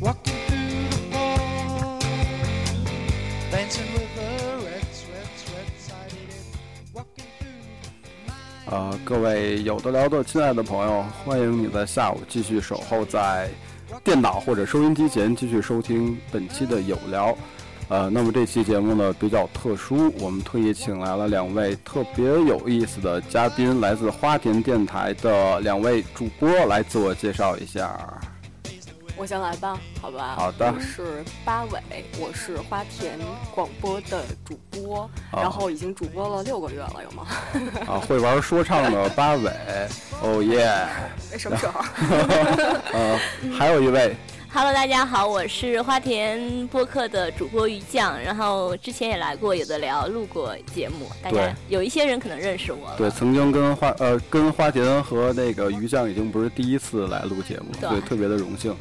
Walking through the fall, dancing with the reds, reds, reds. I did it. Walking through 呃，各位有的聊的亲爱的朋友，欢迎你在下午继续守候在电脑或者收音机前，继续收听本期的有聊。呃，那么这期节目呢比较特殊，我们特意请来了两位特别有意思的嘉宾，来自花田电台的两位主播，来自我介绍一下。我先来吧，好吧。好的我是八尾，我是花田广播的主哦播，然后已经主播了六个月了，有吗？ 啊，会玩说唱的八尾，哦耶！ 哎，什么时候？呃，还有一位 Hello，大家好，我是花田播客的主播于酱，然后之前也来过有的聊，录过节目，大对家有一些人可能认识我了。对，曾经跟花呃跟花田和那个于酱已经不是第一次来录节目了，对所以特别的荣幸。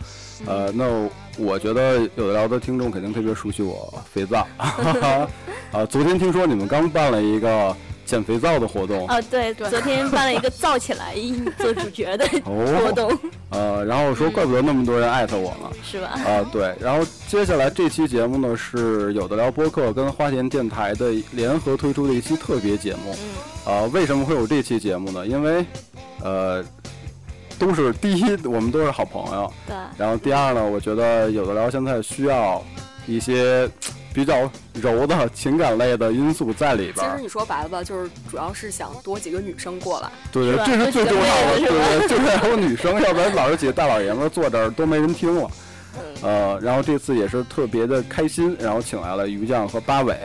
呃，那我觉得有的聊的听众肯定特别熟悉我肥皂， 啊，昨天听说你们刚办了一个减肥皂的活动，哦，对，昨天办了一个造起来以你做主角的哦活动，嗯呃，然后说怪不得那么多人艾特我呢。是吧？啊，对，然后接下来这期节目呢是有的聊播客跟花田电台的联合推出的一期特别节目。嗯啊，为什么会有这期节目呢？因为，呃，都是第一，我们都是好朋友，对，然后第二呢，我觉得有的聊现在需要一些比较柔的情感类的因素在里其边实儿。你说白了吧，就是主要是想多几个女生过来。对是吧对，这是最重要的，是吧对，就是还有女生，要不然老是几个大老爷们儿坐这儿都没人听了。呃，然后这次也是特别的开心，然后请来了于酱和八尾，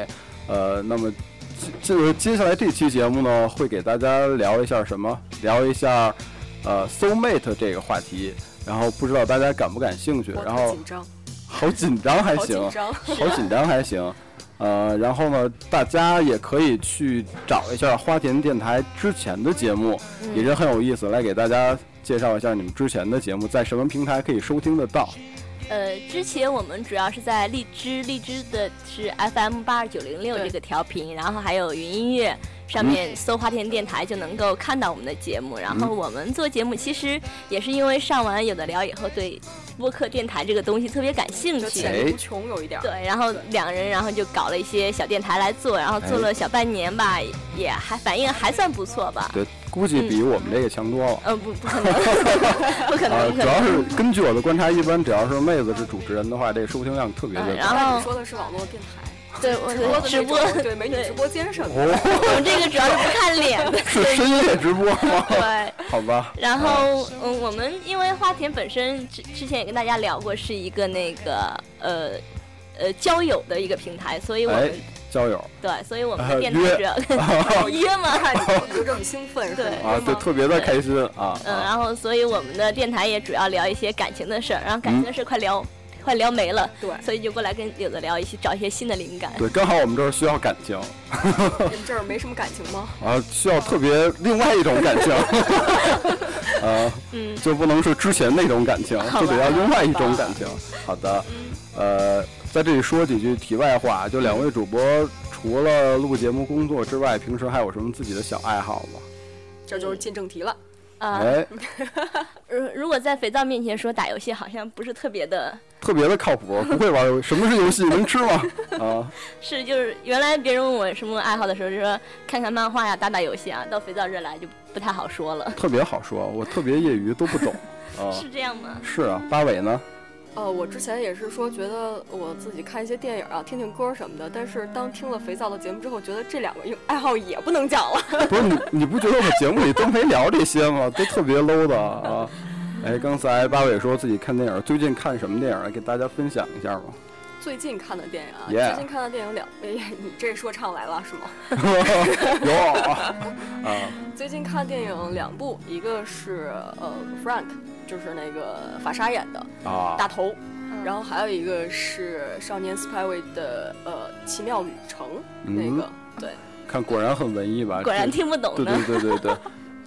呃，那么接就是接下来这期节目呢，会给大家聊一下什么？聊一下呃 soul mate 这个话题，然后不知道大家感不感兴趣？我然特后紧张，好紧张还好行，紧张。好紧张还行。呃，然后呢，大家也可以去找一下花田电台之前的节目，嗯也是很有意思。来给大家介绍一下你们之前的节目在什么平台可以收听得到。呃，之前我们主要是在荔枝，荔枝的是 FM 八二九零六对这个调频，然后还有云音乐上面搜花田电台就能够看到我们的节目。然后我们做节目其实也是因为上完有的聊以后，对播客电台这个东西特别感兴就趣。潜哎力无穷，有一点儿。嗯对，然后两人，然后就搞了一些小电台来做，然后做了小半年吧，也还反应还算不错吧。对，估计比我们这个强多了。呃，不，不可能，不可 啊、能，不可主要能。是根据我的观察，一般只要是妹子是主持人的话，这个收听量特别的嗯高然。后你说的是网络电台，对，我说的的那直播，种对美女直播间什么的。哦，我们这个主要是不看脸 的，是深夜直播 吗？对。好吧，然哦后，嗯，我们因为花田本身之之前也跟大家聊过，是一个那个呃呃交友的一个平台，所以我们、哎，交友对，所以我们呃的电台约主要 哦约嘛，看 你就这么兴奋是对吗？啊，对，特别的开心啊。嗯，啊然后所以我们的电台也主要聊一些感情的事儿，然后感情的事儿快聊、快聊没了，对啊所以就过来跟有的聊一些，找一些新的灵感。哎对，刚好我们这儿需要感情。你们这儿没什么感情吗？啊，需要特别另外一种感 情， 呃，嗯就不能是之前那种感情，好吧就得要另外一种感情。好的，呃，在这里说几句题外话，就两位主播除了录节目工作之外，平时还有什么自己的小爱好吗？这就是进正题了。啊、哎，如、如果在肥皂面前说打游戏，好像不是特别的，特别的靠谱，不会玩游戏，什么是游戏？能吃 吗？啊，是就是原来别人问我什么爱好的时候，就说看看漫画呀，打打游戏啊，到肥皂这来就不太好说了，特别好说，我特别业余，都 不懂。啊，是这样吗？是啊，八尾呢？呃，我之前也是说，觉得我自己看一些电影啊，听听歌什么的。但是当听了肥皂的节目之后，觉得这两个用爱好也不能讲了。 不是你，你不觉得我节目里都没聊这些吗？ 都特别 low 的啊！哎，刚才八尾说自己看电影，最近看什么电影？给大家分享一下吧。最近看的电影啊 Yeah 最近看的电影两， 哎呀，你这说唱来了是吗？ 有 啊啊最近看电影两部，一个是呃 Frank，就是那个法沙演的啊大头，嗯然后还有一个是《少年 Spyway》的呃奇妙旅程那嗯个，对，看果然很文艺吧？果然这听不懂啊对呢。对对对对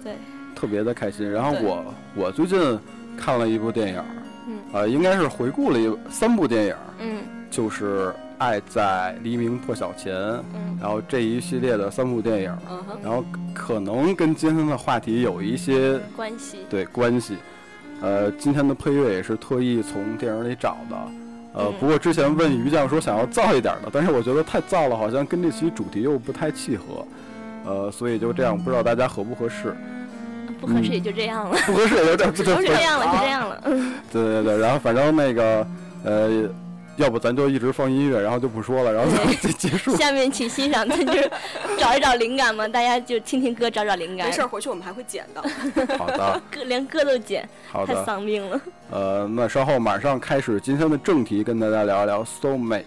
对，特别的开心。然后对我我最近看了一部电影，嗯，呃，应该是回顾了一三部电影，嗯就是《爱在黎明破晓前》，嗯然后这一系列的三部电影，嗯哼，然后可能跟今天的话题有一些关系。对关系。呃，今天的配乐也是特意从电影里找的。呃嗯，不过之前问于酱说想要燥一点的，但是我觉得太燥了，好像跟这期主题又不太契合。呃，所以就这样，不知道大家合不合适，不合适嗯也就这样了，不合适也就这样，只就能是这样了，就这啊样了。对对对，然后反正那个呃，要不咱就一直放音乐，然后就不说了，然后咱就结 束。下面请欣赏，那就是找一找灵感嘛，大家就听听歌，找找灵感。没事儿，回去我们还会剪的。好的，歌连歌都剪，好太的。丧命了。呃，那稍后马上开始今天的正题，跟大家聊一聊 soul mate。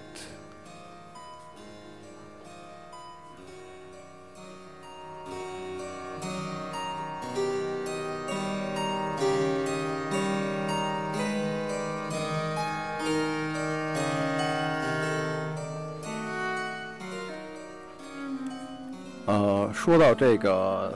呃，说到这个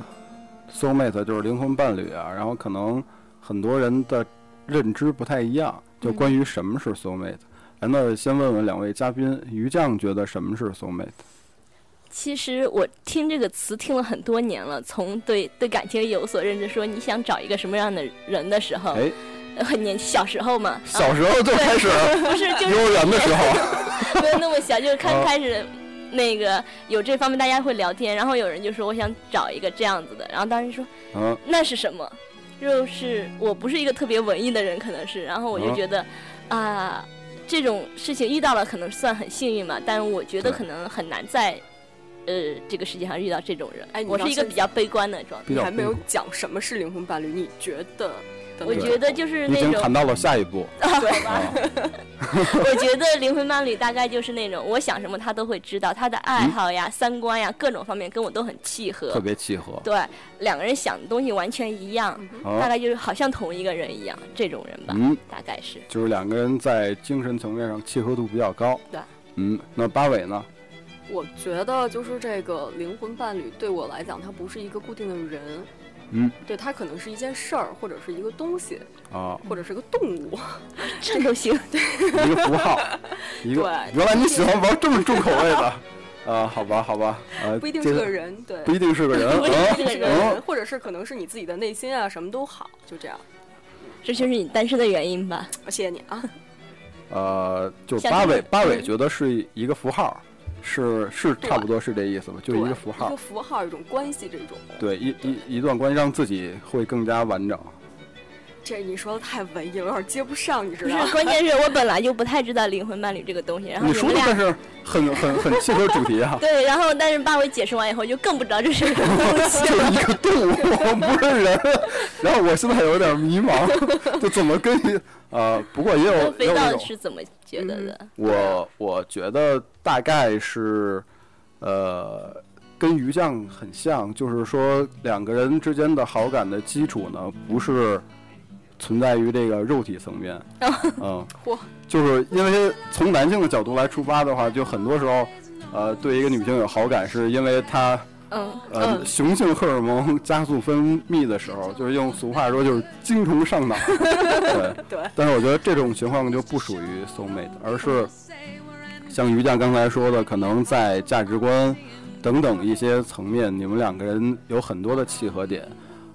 soul mate 就是灵魂伴侣啊，然后可能很多人的认知不太一样，就关于什么是 soul mate。哎，那先问问两位嘉宾，于酱觉得什么是 soul mate？其实我听这个词听了很多年了，从对对感情有所认知，说你想找一个什么样的人的时候，哎，呃很年小时候嘛，小时候就开始， 不是就 幼儿园的时 候，是没有那么小，就是啊刚开始。那个有这方面，大家会聊天，然后有人就说我想找一个这样子的，然后当时说嗯，那是什么？就是我不是一个特别文艺的人，可能是，然后我就嗯觉得，啊、这种事情遇到了可能算很幸运嘛，但我觉得对可能很难在，呃，这个世界上遇到这种人。哎你我是到一个现比较悲观的状态。比你较还没有悲苦讲什么是灵魂伴侣，你觉得的那个？我觉得就是已那经种谈，到了下一步 对啊吧？，我觉得灵魂伴侣大概就是那种，我想什么他都会知道，他的爱嗯好呀、三观呀各种方面跟我都很契特合。别契合对，两个人想的东西完全一样，大啊，概就是好像同一个人一样，这种人吧，嗯，大概是。就是两个人在精神层面上契合度比较高。对，嗯，那八尾呢？我觉得就是这个灵魂伴侣对我来讲，它不是一个固定的人，嗯，对，它可能是一件事儿，或者是一个东西，啊，或者是个动物，这都行。一个符 号，一个，对原来你喜欢玩这么重口味的，啊，好吧，好吧，呃，不一定这是个人，对，不一定是 个人，啊不一定是个嗯人，或者是可能是你自己的内心啊，什么都好，就这样。这就是你单身的原因吧？谢谢你啊，呃，就是像八这尾种八尾嗯觉得是一个符号，是是差不多是这意思吧， 就是一对个符一号个，符号，一种关系，这种。对一一一段关系让自己会更加完整。这你说的太文艺了，有点接不上，你不知是道吗？，关键是我本来就不太知道灵魂伴侣这个东西，然后啊你你说们俩，的但是很很很契合主题啊 对，然后但是八尾解释完以后就更不知道这是什么东西就是了。一个动物，不是人。然后我现在有点迷茫，就怎么跟你呃，不过也有 那也肥有一皂种，是怎么觉得的？嗯我我觉得大概是呃。跟鱼酱很像，就是说两个人之间的好感的基础呢，不是存在于这个肉体层面，嗯，嚯就是因为从男性的角度来出发的话，就很多时候，呃，对一个女性有好感，是因为她嗯，呃雄性荷尔蒙加速分泌的时候，就是用俗话说就是精虫上脑，对。对，但是我觉得这种情况就不属于 soul mate，而是像于酱刚才说的，可能在价值观等等一些层面，你们两个人有很多的契合点，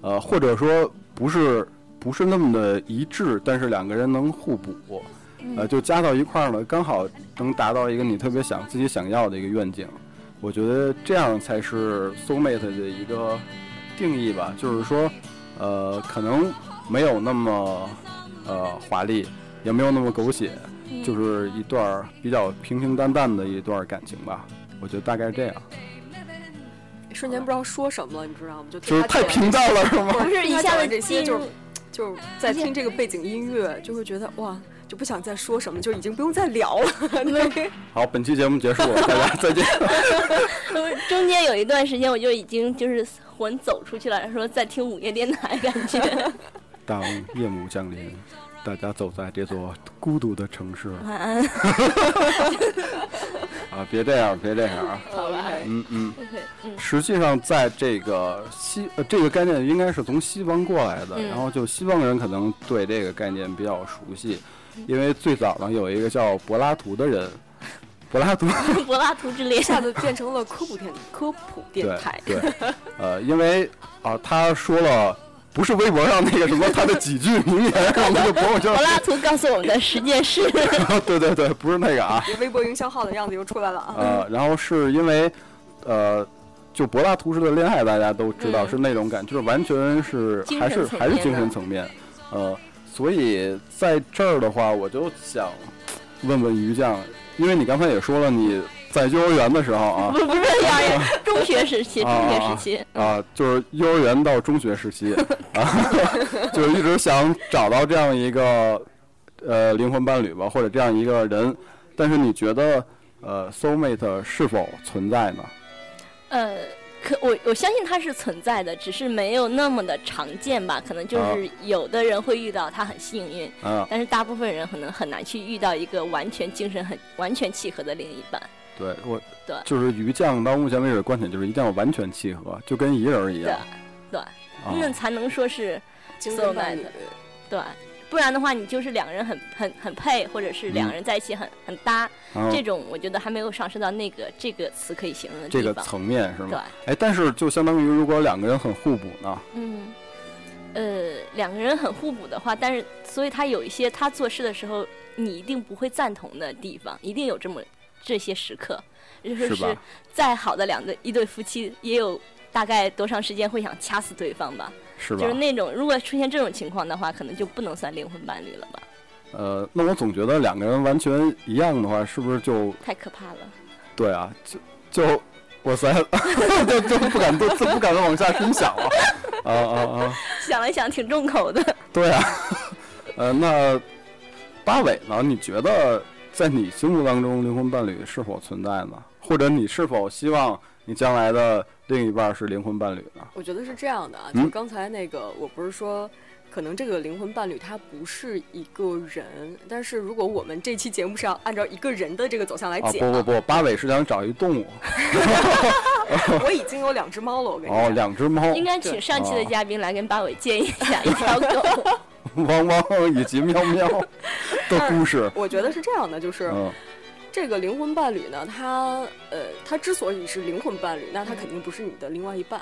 呃，或者说不是不是那么的一致，但是两个人能互补，呃，就加到一块儿呢，刚好能达到一个你特别想自己想要的一个愿景。我觉得这样才是 soul mate 的一个定义吧，就是说，呃，可能没有那么呃华丽，也没有那么狗血，就是一段儿比较平平淡淡的一段儿感情吧。我觉得大概这样，瞬间不知道说什么了，你知道吗？就就是太平。平淡 了，是吗？不是一听他下讲子这些进就是入就是在听这个背景音乐，就会觉得哇，就不想再说什么，就已经不用再聊了。 对好，本期节目结束，大家再见。 中间有一段时间我就已经就是魂走出去了，然后在听午夜电台，感 觉当夜幕降临，大家走在这座孤独的城市晚安。啊，别这样，别这样啊。好吧，嗯嗯， OK，嗯 实际上在这个西呃这个概念应该是从西方过来的，嗯然后就西方人可能对这个概念比较熟悉，因为最早呢有一个叫柏拉图 的人，柏拉图。柏拉图之恋一。下子变成了科普电科普电台。对对，呃，因为啊、他说了，不是微博上那个什么他的几句 名言，我们的朋友圈柏，拉图告诉我们的十件事， 对对对，不是那个啊，微博营销号的样子又出来了啊！呃，然后是因为，呃，就柏拉图式的恋爱，大家都知道嗯是那种感，就是完全是精神还是层面还是的精神层面，呃，所以在这儿的话，我就想问问于酱，因为你刚才也说了你在幼儿园的时候 啊不。是不是幼儿园， 中学时期，中学时期，啊，就是幼儿园到中学时期啊， 就是一直想找到这样一个呃灵魂伴侣吧，或者这样一个人。但是你觉得呃 soul mate 是否存在呢？呃，可我我相信它是存在的，只是没有那么的常见吧。可能就是有的人会遇到，他很幸运，啊，但是大部分人可能很难去遇到一个完全精神很完全契合的另一半。对我对就是于酱到目前为止的观点就是一定要完全契合，就跟一个人一样。对啊那才能说是精神伴侣，对，不然的话，你就是两个人很很很配，或者是两个人在一起很、很搭，然后这种我觉得还没有上升到那个这个词可以形容的这地个方。层面是对吗？，哎，但是就相当于如果两个人很互补呢？嗯，呃，两个人很互补的话，但是所以他有一些他做事的时候，你一定不会赞同的地方，一定有这么这些时刻，也就是是吧是再好的两对一对夫妻，也有大概多长时间会想掐死对方吧？是吧就是？那种如果出现这种情况的话，可能就不能算灵魂伴侣了吧？呃，那我总觉得两个人完全一样的话，是不是就太可怕了。对啊，就就我塞， 就就不敢就不敢往下深想了。啊啊啊！ 想了想，挺重口的。对啊， 呃，那八尾呢？你觉得在你心目当中，灵魂伴侣是否存在呢？或者你是否希望你将来的另一半是灵魂伴侣呢？我觉得是这样的啊。嗯就刚才那个，我不是说，可能这个灵魂伴侣他不是一个人，但是如果我们这期节目是要按照一个人的这个走向来啊，讲，不不不，八尾是想找一动 物，我已经有两只猫了，我跟你哦，讲。两只猫，应该请上期的嘉宾来跟八尾建议一 下，一条狗。 汪汪以及喵喵的故事。我觉得是这样的，嗯就是嗯这个灵魂伴侣呢，他呃，他之所以是灵魂伴侣，那他肯定不是你的另外一半，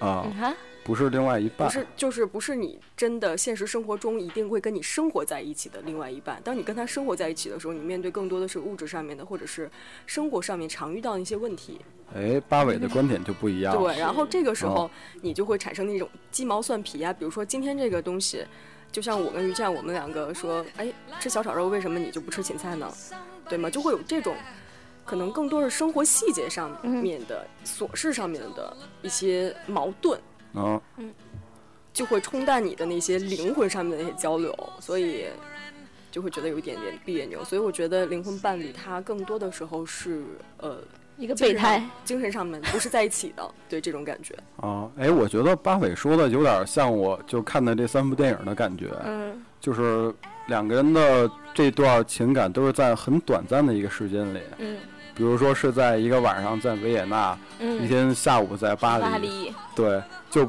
啊，你看，不是另外一嗯半不，是就是不是你真的现实生活中一定会跟你生活在一起的另外一半。当你跟他生活在一起的时候，你面对更多的是物质上面的，或者是生活上面常遇到的一些问题。哎，八尾的观点就不一样了。对，然后这个时哦候你就会产生那种鸡毛蒜皮啊，比如说今天这个东西，就像我跟于酱我们两个说，哎，吃小炒肉为什么你就不吃芹菜呢？对吗？就会有这种，可能更多是生活细节上面的、琐事上面的一些矛盾，啊，就会冲淡你的那些灵魂上面的那些交流，所以。就会觉得有一点点别扭，所以我觉得灵魂伴侣他更多的时候是呃一个备胎，精神上面不是在一起的，对这种感觉。啊，哎，我觉得八尾说的有点像我就看的这三部电影的感觉，嗯，就是两个人的这段情感都是在很短暂的一个时间里，嗯比如说是在一个晚上在维也纳，一嗯，天下午在巴黎，巴黎，对，就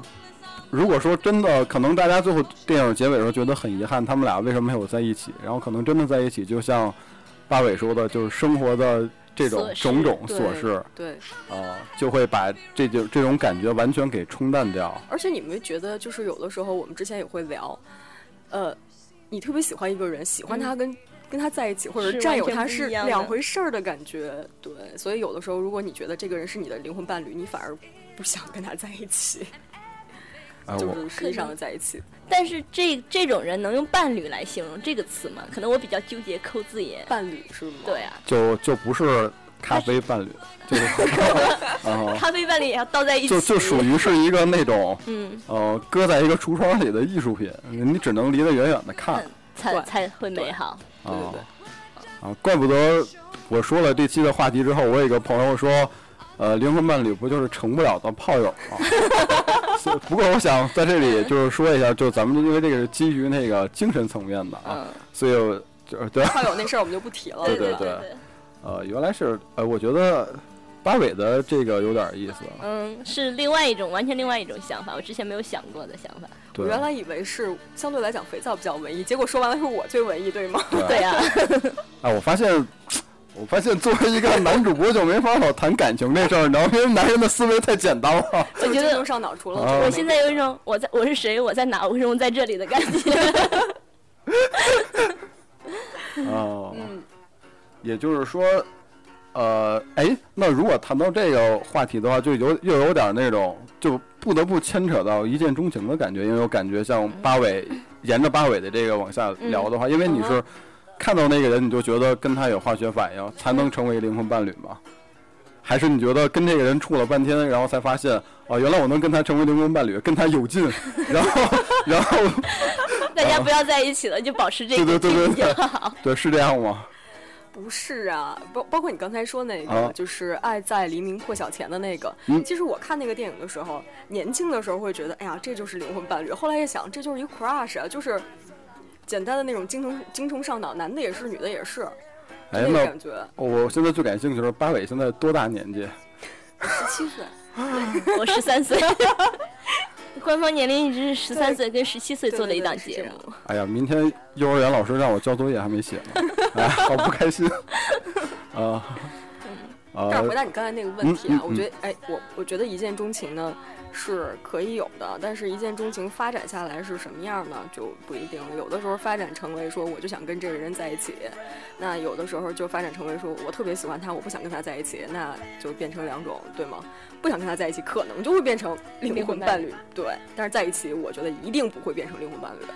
如果说真的，可能大家最后电影结尾的时候觉得很遗憾，他们俩为什么没有在一起，然后可能真的在一起，就像八尾说的，就是生活的这种琐事种种对琐事对，啊、就会把这就这种感觉完全给冲淡掉。而且你没觉得，就是有的时候我们之前也会聊，呃，你特别喜欢一个人，喜欢他跟、跟他在一起，或者嗯是占完有全他不一是样两的回事儿的感觉。对，所以有的时候，如果你觉得这个人是你的灵魂伴侣，你反而不想跟他在一起，哎，就我是实际上的在一起。但是这这种人能用伴侣来形容这个词吗？可能我比较纠结抠字眼。伴侣是吗？对，啊，就就不是咖啡伴侣，就是 啊，咖啡伴侣也要倒在一起。就就属于是一个那种嗯，呃，搁在一个橱窗里的艺术品，你只能离得远远的看嗯才对才会美好。嗯对对对，啊，怪不得我说了这期的话题之后，我有一个朋友说，呃，灵魂伴侣不就是成不了的炮友吗？ 所以不过我想在这里就是说一下，就咱们因为这个是基于那个精神层面的啊，嗯，所以我就对，炮友那事儿我们就不提了。对对对对呃，原来是呃，我觉得八尾的这个有点意思，嗯，是另外一种，完全另外一种想法，我之前没有想过的想法。对，我原来以为是相对来讲肥皂比较文艺，结果说完了是我最文艺，对吗？对对啊，啊，我发现。我发现作为一个男主播就没法老谈感情这事儿，你知道吗？因为男人的思维太简单了。我 觉得上脑除了啊我现在有一种我在我是谁，我在哪，我为什么在这里的感觉。 哦，嗯，也就是说，呃，哎，那如果谈到这个话题的话，就有又有点那种就不得不牵扯到一见钟情的感觉，因为我感觉像八尾、沿着八尾的这个往下聊的话，因为你是看到那个人，你就觉得跟他有化学反应，才能成为灵魂伴侣吗？还是你觉得跟这个人处了半天，然后才发现啊、原来我能跟他成为灵魂伴侣，跟他有劲，然后， 然后，大家不要在一起了，就保持这对个对距 对离对就对好。对，是这样吗？不是啊，包包括你刚才说那个，啊就是《爱在黎明破晓前》的那个。嗯其实我看那个电影的时候，年轻的时候会觉得，哎呀，这就是灵魂伴侣。后来一想，这就是一 crush 啊，就是简单的那种精虫精虫上脑，男的也是，女的也是，那哎，个那感觉。我现在最感兴趣的是八尾现在多大年纪？十七岁，我十三 岁，官方年龄一直是十三岁跟十七岁对做的一档对对节是目。哎呀，明天幼儿园老师让我交作业还没 写呢，哎，好不开心。啊啊但是回答你刚才那个问题啊，嗯嗯我觉得，哎，我我觉得一见钟情呢是可以有的，但是一见钟情发展下来是什么样呢，就不一定了。有的时候发展成为说我就想跟这个人在一起，那有的时候就发展成为说我特别喜欢他，我不想跟他在一起，那就变成两种，对吗？不想跟他在一起，可能就会变成灵灵魂魂伴伴侣，对。但是在一起，我觉得一定不会变成灵魂伴侣的，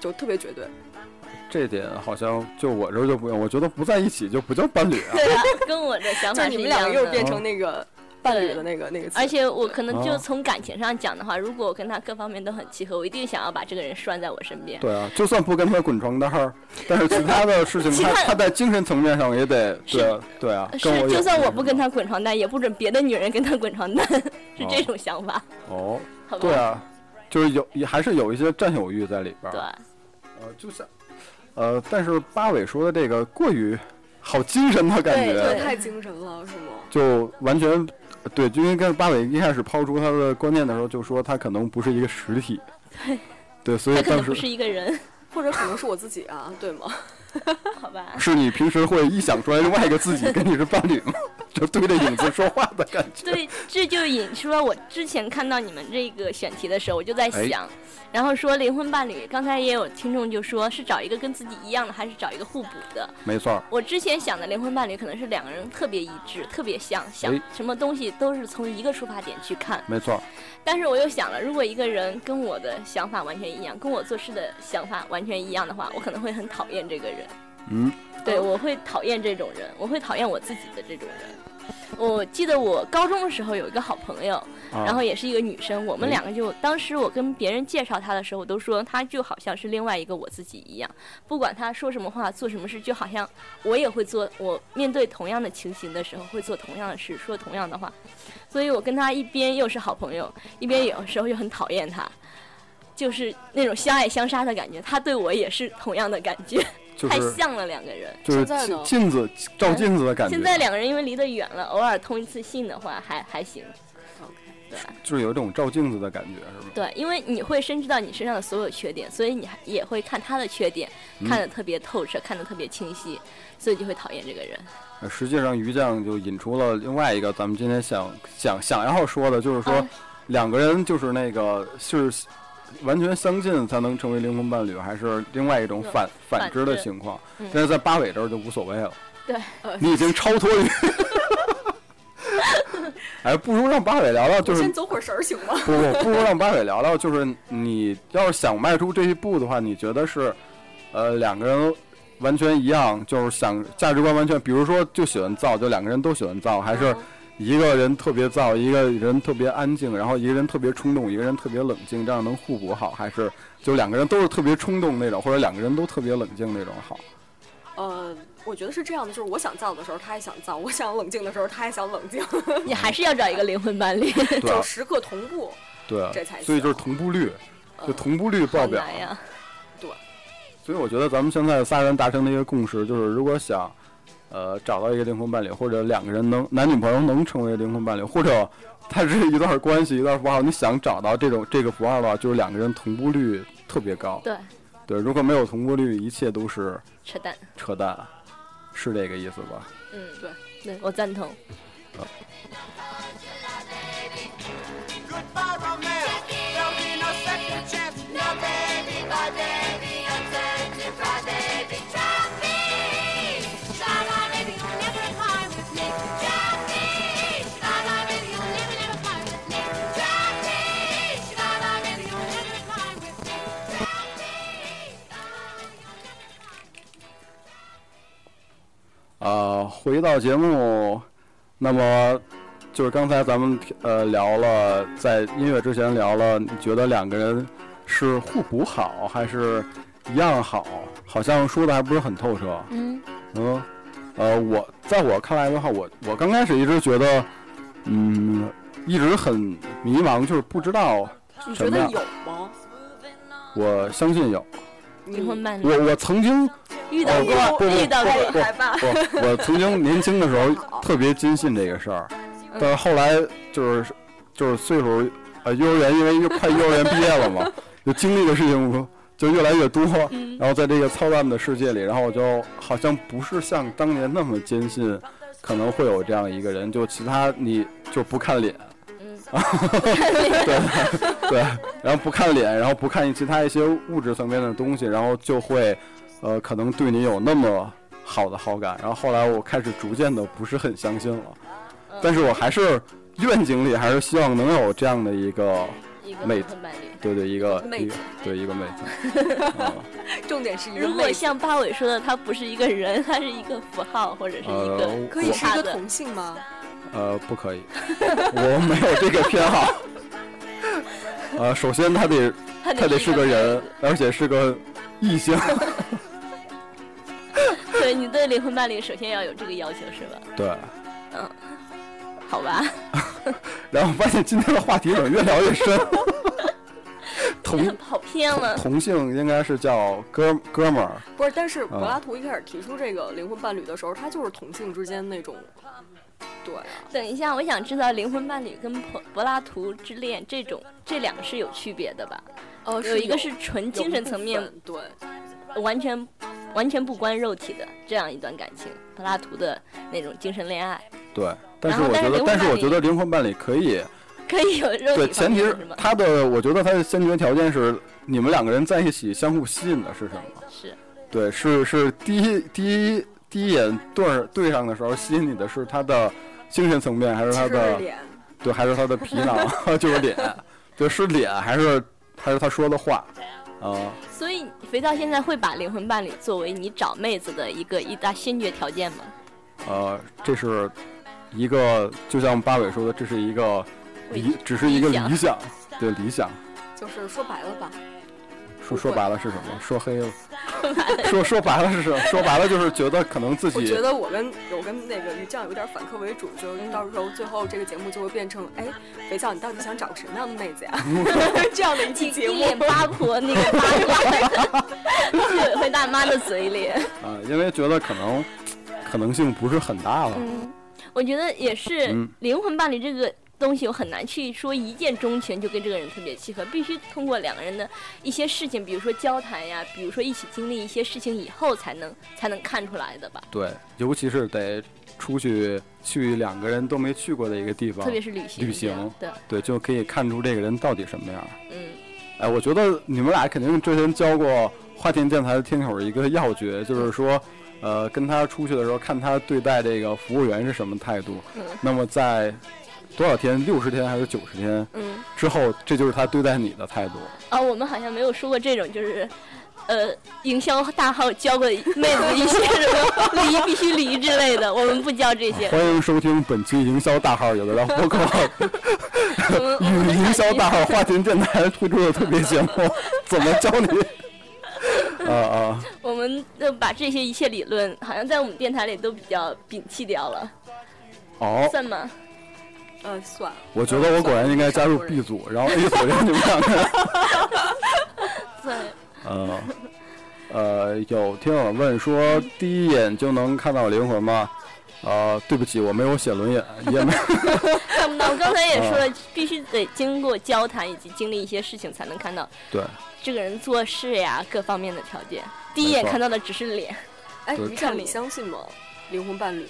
就特别绝对。这点好像就我这儿就不用，我觉得不在一起就不叫伴侣 啊。对啊，跟我的想就法是是你一们样两的。个又变成那个伴侣的那个那个词，而且我可能就哦从感情上讲的话，如果我跟他各方面都很契合，我一定想要把这个人拴在我身边。对啊，就算不跟他滚床单儿，但是其他的事情其他他他在精神层面上也得是呃对啊对啊，跟我是，有就算我不跟他滚床单，也不准别的女人跟他滚床单， 是这种想法，哦，好吧？对啊，就是有也还是有一些占有欲在里边儿。对，呃，就像呃，但是八尾说的这个过于好精神的感觉，对这太精神了，是吗？就完全对，就因为跟八尾一开始抛出他的观念的时候，就说他可能不是一个实体，对，所以他可当能不时是一个人，或者可能是我自己啊，对吗？好吧？是你平时会臆想出来另外一个自己跟你是伴侣吗？就对着影子说话的感觉。对，这就引出了我之前看到你们这个选题的时候，我就在哎想，然后说灵魂伴侣，刚才也有听众就说是找一个跟自己一样的，还是找一个互补的？没错儿，我之前想的灵魂伴侣可能是两个人特别一致，特别像，想哎什么东西都是从一个出发点去看。没错儿，但是我又想了，如果一个人跟我的想法完全一样，跟我做事的想法完全一样的话，我可能会很讨厌这个人。嗯，对，我会讨厌这种人，我会讨厌我自己的这种人。我记得我高中的时候有一个好朋友，啊、然后也是一个女生，我们两个就当时我跟别人介绍她的时候，我都说她就好像是另外一个我自己一样，不管她说什么话、做什么事，就好像我也会做，我面对同样的情形的时候会做同样的事，说同样的话，所以我跟她一边又是好朋友，一边有时候又很讨厌她。就是那种相爱相杀的感觉，她对我也是同样的感觉，就太是像了两个人。就是现在呢镜镜子照镜子的感觉，现在两个人因为离得远了，偶尔通一次信的话还还行。对吧就是有一种照镜子的感觉，是吗？对，因为你会深知到你身上的所有缺点，所以你还也会看他的缺点，看得特别透彻，看得特别清晰，所以就会讨厌这个 人。呃实际上，于酱就引出了另外一个咱们今天想想想要说的，就是说嗯两个人就是那个是完全相近才能成为灵魂伴侣，还是另外一种对反反之的反之情况嗯？但是在八尾这儿就无所谓了，对，你已经超脱 于。哎，不如让八尾聊聊，就我是先走会儿神儿行吗？ 不不，不如让八尾聊聊，就是你要是想迈出这一步的话，你觉得是，呃，两个人完全一样，就是想价值观完全，比如说就喜欢造，就两个人都喜欢造，还是一个人特别造，一个人特别安静，然后一个人特别冲动，一个人特别冷静，这样能互补好，还是就两个人都是特别冲动那种，或者两个人都特别冷静那种好？呃，我觉得是这样的，就是我想造的时候，他也想造；我想冷静的时候，他也想冷静，你还是要找一个灵魂伴侣，对啊就时刻同步。对啊这才，所以就是行同步率，呃就同步率好爆表。难呀。所以我觉得咱们现在仨人达成的一个共识就是，如果想，呃，找到一个灵魂伴侣，或者两个人能男女朋友能成为灵魂伴侣，或者它是一段关系一段符号，你想找到这种这个符号的话，就是两个人同步率特别高。对，对，如果没有同步率，一切都是扯淡。扯淡，是这个意思吧？嗯，对，对我赞同。 Goodbye, Romeo. There'll be no second chance. No, baby, my baby, I'm you, my baby. Trust me. Bye, my baby, you'll never cry with me. Trust me. Bye, my baby, you'll never, never cry with me. Trust me. Bye, my baby, you'll never cry with me. Trust me. Bye, my baby, you'll never cry with me. 啊，回到节目，那么就是刚才咱们呃聊了，在音乐之前聊了，你觉得两个人是互补好还是一样好？好像说的还不是很透彻。嗯，嗯，呃，我在我看来的话，我我刚开始一直觉得，嗯，一直很迷茫，就是不知道。你觉什么得呀有吗？我相信有，你灵魂伴侣我我曾经嗯遇到哦不过，不遇到不过。不害怕。我我曾经年轻的时候特别坚信这个事儿，但是后来就是就是岁数呃幼儿园，因为又快幼儿园毕业了嘛，就经历的事情就越来越多，然后在这个操蛋的世界里，然后我就好像不是像当年那么坚信可能会有这样一个人，就其他你就不看脸，嗯，对，然后不看脸，然后不看其他一些物质层面的东西，然后就会，呃，可能对你有那么好的好感。然后后来我开始逐渐的不是很相信了，但是我还是愿景里还是希望能有这样的一个， 一个妹灵子魂伴侣。对对，一个妹一个子对一个妹子，嗯重点是一个如果妹子像八尾说的，它不是一个人，它是一个符号或者是一个呃可以是一他个的同性吗？呃，不可以，我没有这个偏好。呃，首先他得它 他得是是个一人妹子，而且是个异性， 对，你对灵魂伴侣首先要有这个要求是吧？对。好吧，然后发现今天的话题怎么越聊 越深？同跑偏了。同性应该是叫哥哥们儿，不是，但嗯是柏拉图一开始提出这个灵魂伴侣的时候，他就是同性之间那种，对啊，等一下，我想知道灵魂伴侣跟柏柏拉图之恋这种这两个是有区别的吧？呃，有一个是纯精神层面有部分，完全完全不关肉体的这样一段感情，柏拉图的那种精神恋爱对。但是然后我觉得，但但是是灵魂伴侣我觉得灵魂伴侣可以，可以有肉对，体方前提面是的吗？他的，我觉得他的先决条件是你们两个人在一起相互吸引的是什么？是对，是是第一第一第一眼对儿对上的时候吸引你的是他的精神层面，还是对，其他实的是脸，对，还是他的皮囊， 就是脸，对，是脸还是还是他说的话啊、所以肥皂现在会把灵魂伴侣作为你找妹子的一个一大先决条件吗？ 呃，这是一个，就像八尾说的，这是一个理，只是一个理理想，对理想。就是说白了吧，说说白了是什么？说黑了，说说白了是什么？说白了就是觉得可能自我己觉得我跟我跟那个于酱有点反客为主，就是到时候最后这个节目就会变成，哎，肥皂你到底想找个什么样的妹子呀？嗯 这样的一期一节一目，脸八 婆那个八卦，居委会大妈的嘴里。啊、因为觉得可能可能性不是很大了。嗯，我觉得也是嗯，灵魂伴侣这个东西，我很难去说一见钟情就跟这个人特别契合，必须通过两个人的一些事情，比如说交谈呀，比如说一起经历一些事情以后，才能才能看出来的吧。对，尤其是得出去去两个人都没去过的一个地方特，别是旅行，旅行这样对，对，就可以看出这个人到底什么样。嗯，哎，我觉得你们俩肯定之前教过花田电台的听友一个要诀，就是说，呃，跟他出去的时候，看他对待这个服务员是什么态度。嗯那么在多少天，六十天还是九十天嗯，之后，这就是他对待你的态度。啊，我们好像没有说过这种，就是。呃，营销大号教过妹子一些什么 离必须离之类的，我们不教这些。欢迎收听本期营销大号有的聊播客，我们我们与 很营感销激 大号花田电台推出的特别节目，怎么教你？啊啊，我们就把这些一切理论，好像在我们电台里都比较摒弃掉了，哦，算吗？呃，算了，我觉得我果然应该加入 B 组，然后 A 组让你们两个。算。呃，呃，有听友问说，第一眼就能看到灵魂吗？呃，对不起，我没有写轮眼，也没看 不到，我刚才也啊说了，必须得经过交谈以及经历一些事情，才能看到对，这个人做事呀各方面的条件。第一没眼错看到的只是脸，哎，对于畅，看你你相信吗？灵魂伴侣，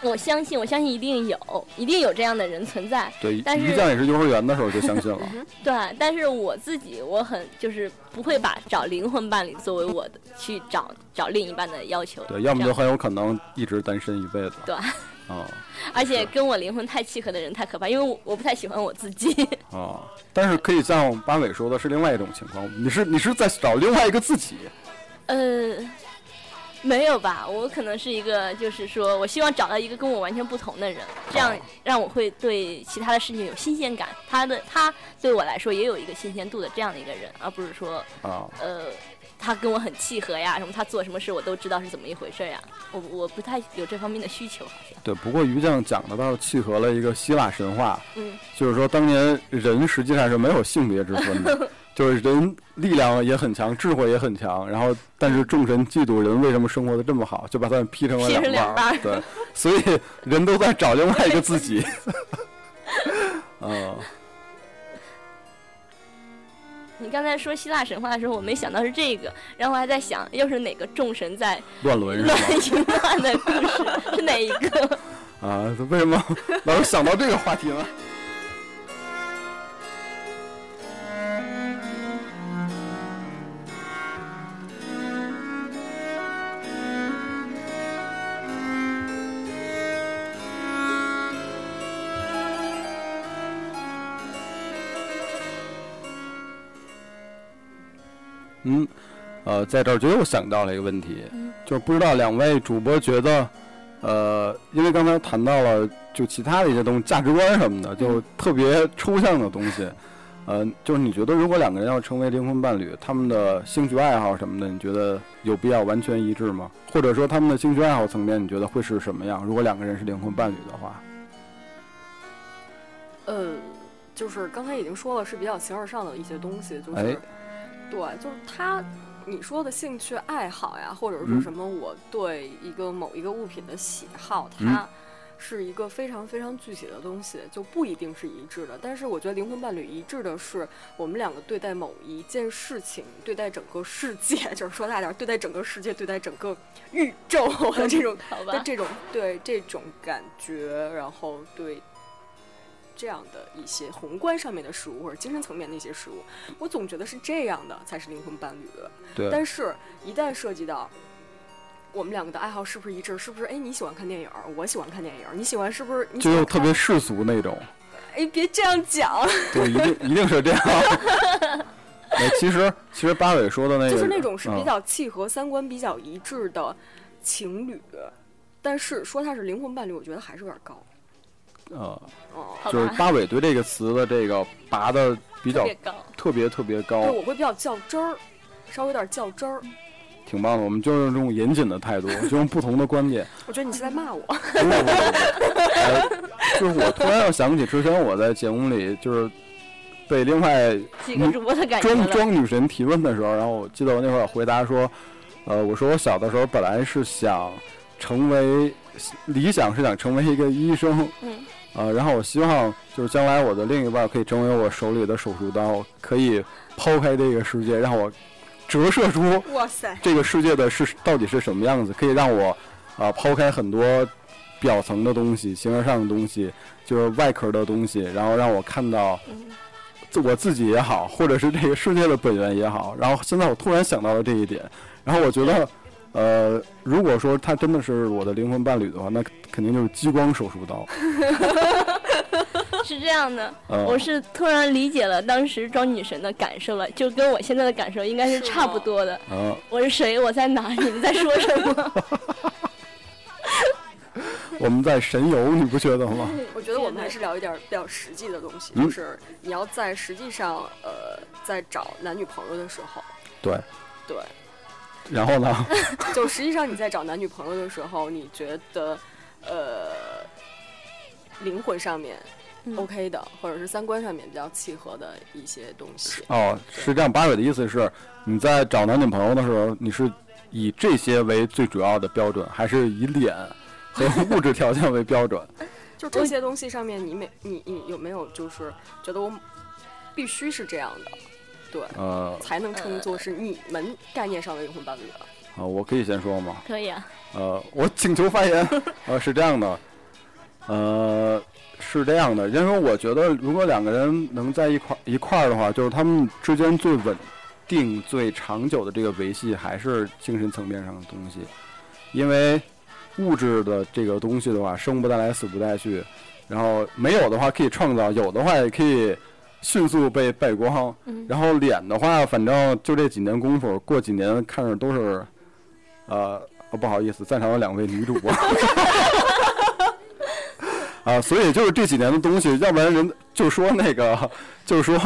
我相信，我相信一定有，一定有这样的人存在。对，但是嗯于酱也是幼儿园的时候就相信了，对，啊但是我自己我很就是不会把找灵魂伴侣作为我的去找找另一半的要求。对，要么这就样很有可能一直单身一辈子。对啊、而且跟我灵魂太契合的人太可怕，因为我我不太喜欢我自己。啊、但是可以像八尾说的是另外一种情况，你是你是在找另外一个自己，呃，没有吧，我可能是一个，就是说我希望找到一个跟我完全不同的人，这样让我会对其他的事情有新鲜感。他的他对我来说也有一个新鲜度的这样的一个人，而不是说啊、呃他跟我很契合呀，什么他做什么事我都知道是怎么一回事呀。我我不太有这方面的需求，好像对，不过于酱讲的倒是契合了一个希腊神话，嗯，就是说当年人实际上是没有性别之 分的，就是人力量也很强，智慧也很强，然后但是众神嫉妒人为什么生活的这么好，就把他们劈成了劈成两两半半儿，对，所以人都在找另外一个 自己，啊、你刚才说希腊神话的时候，我没想到是这个，然后我还在想又是哪个众神在乱伦是吧乱？淫乱的故事是哪一个？啊，为什么老是想到这个话题呢？嗯，呃，在这儿就又想到了一个问题，就是不知道两位主播觉得，呃，因为刚才谈到了就其他的一些东西，价值观什么嗯的，就特别抽象的东西。呃，就是你觉得如果两个人要成为灵魂伴侣，他们的兴趣爱好什么的，你觉得有必要完全一致吗？或者说他们的兴趣爱好层面，你觉得会是什么样？如果两个人是灵魂伴侣的话，呃，就是刚才已经说了，是比较形而上的一些东西，就是，哎对，就是他你说的兴趣爱好呀，或者是嗯什么我对一个某一个物品的喜好，嗯啊它是一个非常非常具体的东西，就不一定是一致的。但是我觉得灵魂伴侣一致的是，我们两个对待某一件事情，对待整个世界， 就是说大点儿，对待整个世界，对待整个宇宙 的这种好对啊吧，这种对这种感觉，然后对这样的一些宏观上面的事物或者精神层面的一些事物，我总觉得是这样的才是灵魂伴侣。对，但是，一旦涉及到我们两个的爱好是不是一致，是不是哎你喜欢看电影儿，我喜欢看电影儿，你喜欢是不是你喜就欢又看？特别世俗那种。哎，别这样讲，对，一 定一定是这样。哎，其实其实八尾说的那个就是那种是比嗯较契合、三观比较一致的情侣。但是说他是灵魂伴侣，我觉得还是有点高。呃，哦，好就是吧，八尾对这个词的这个拔的比特较别高。特别特别对，高，我会比较较真儿，稍微有点较真儿。挺棒的。我们就是这种严谨的态度，就用不同的观点。我觉得你是在骂我。不不不不不，哎就是我突然又想起之前我在节目里就是被另外几个主播的感觉装了。装女神提问的时候，然后我记得我那会儿回答说，呃，我说我小的时候本来是想成为理想是想成为一个医生，嗯，呃，然后我希望就是将来我的另一半可以成为我手里的手术刀，可以抛开这个世界，让我折射出 哇塞，这个世界的是到底是什么样子，可以让我啊、抛开很多表层的东西、形而上的东西，就是外壳的东西，然后让我看到自我自己也好，或者是这个世界的本源也好。然后现在我突然想到了这一点，然后我觉得，呃，如果说他真的是我的灵魂伴侣的话，那肯定就是激光手术刀。是这样的，呃、 我是突然理解了当时装女神的感受了，就跟我现在的感受应该是是吗差不多的。呃，我是谁？我在哪？你们在说什么？我们在神游，你不觉得吗？我觉得我们还是聊一点比较实际的东西，嗯就是你要在实际上，呃，在找男女朋友的时候， 对，对，然后呢？ 就实际上你在找男女朋友的时候，你觉得呃灵魂上面嗯 OK 的，或者是三观上面比较契合的一些东西。哦，是这样。八尾的意思是，你在找男女朋友的时候，你是以这些为最主要的标准，还是以脸和物质条件为标准？ 就这些东西上面，你每你你有没有就是觉得我必须是这样的，对，呃，才能称作是你们概念上的灵魂伴侣啊？啊，我可以先说吗？可以啊，呃，我请求发言。呃，是这样的，呃，是这样的，因为我觉得如果两个人能在一块一块儿的话，就是他们之间最稳定、最长久的这个维系，还是精神层面上的东西。因为物质的这个东西的话，生不带来，死不带去，然后没有的话可以创造，有的话也可以迅速被败光。嗯然后脸的话，反正就这几年功夫，过几年看着都是，呃，哦不好意思，在场有两位女主播。 啊，所以就是这几年的东西，要不然人就说那个， 就说，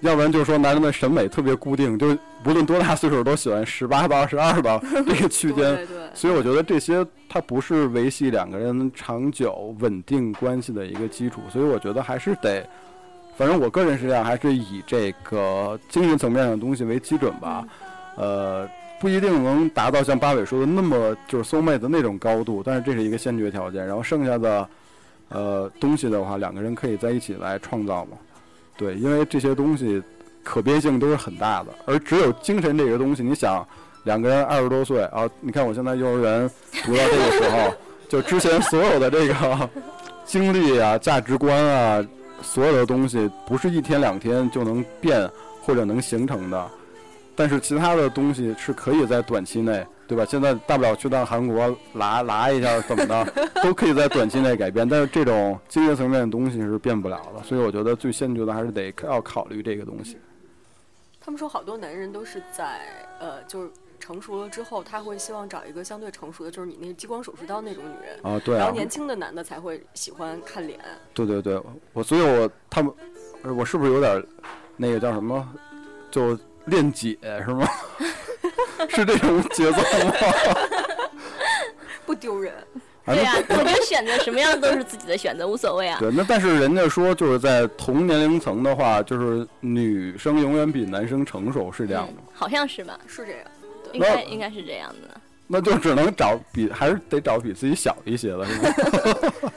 要不然就说男人的审美特别固定，就是无论多大岁数都喜欢十八到二十二吧这个区间。对对，所以我觉得这些它不是维系两个人长久稳定关系的一个基础，所以我觉得还是得，反正我个人是这样，还是以这个精神层面上的东西为基准吧。呃，不一定能达到像八尾说的那么就是松妹的那种高度，但是这是一个先决条件。然后剩下的呃东西的话，两个人可以在一起来创造嘛。对，因为这些东西可变性都是很大的，而只有精神这个东西，你想。两个人二十多岁啊，你看我现在幼儿园读到这个时候，就之前所有的这个经历啊、价值观啊，所有的东西不是一天两天就能变或者能形成的，但是其他的东西是可以在短期内，对吧？现在大不了去趟韩国拉拉一下怎么的，都可以在短期内改变，但是这种精神层面的东西是变不了的，所以我觉得最先决的还是得要考虑这个东西。他们说好多男人都是在呃，就是成熟了之后，他会希望找一个相对成熟的，就是你那激光手术刀那种女人。啊，对啊。然后年轻的男的才会喜欢看脸，对对对，我所以我，他们，呃我是不是有点儿那个叫什么，就恋姐是吗？ 是这种节奏吗？不丢人。反对正啊，我觉得选择什么样都是自己的选择，无所谓啊。 对，那但是人家说就是在同年龄层的话，就是女生永远比男生成熟，是这样嗯吗？好像是吧？是这样，应该那应该是这样的。那就只能找比还是得找比自己小一些的，是吗？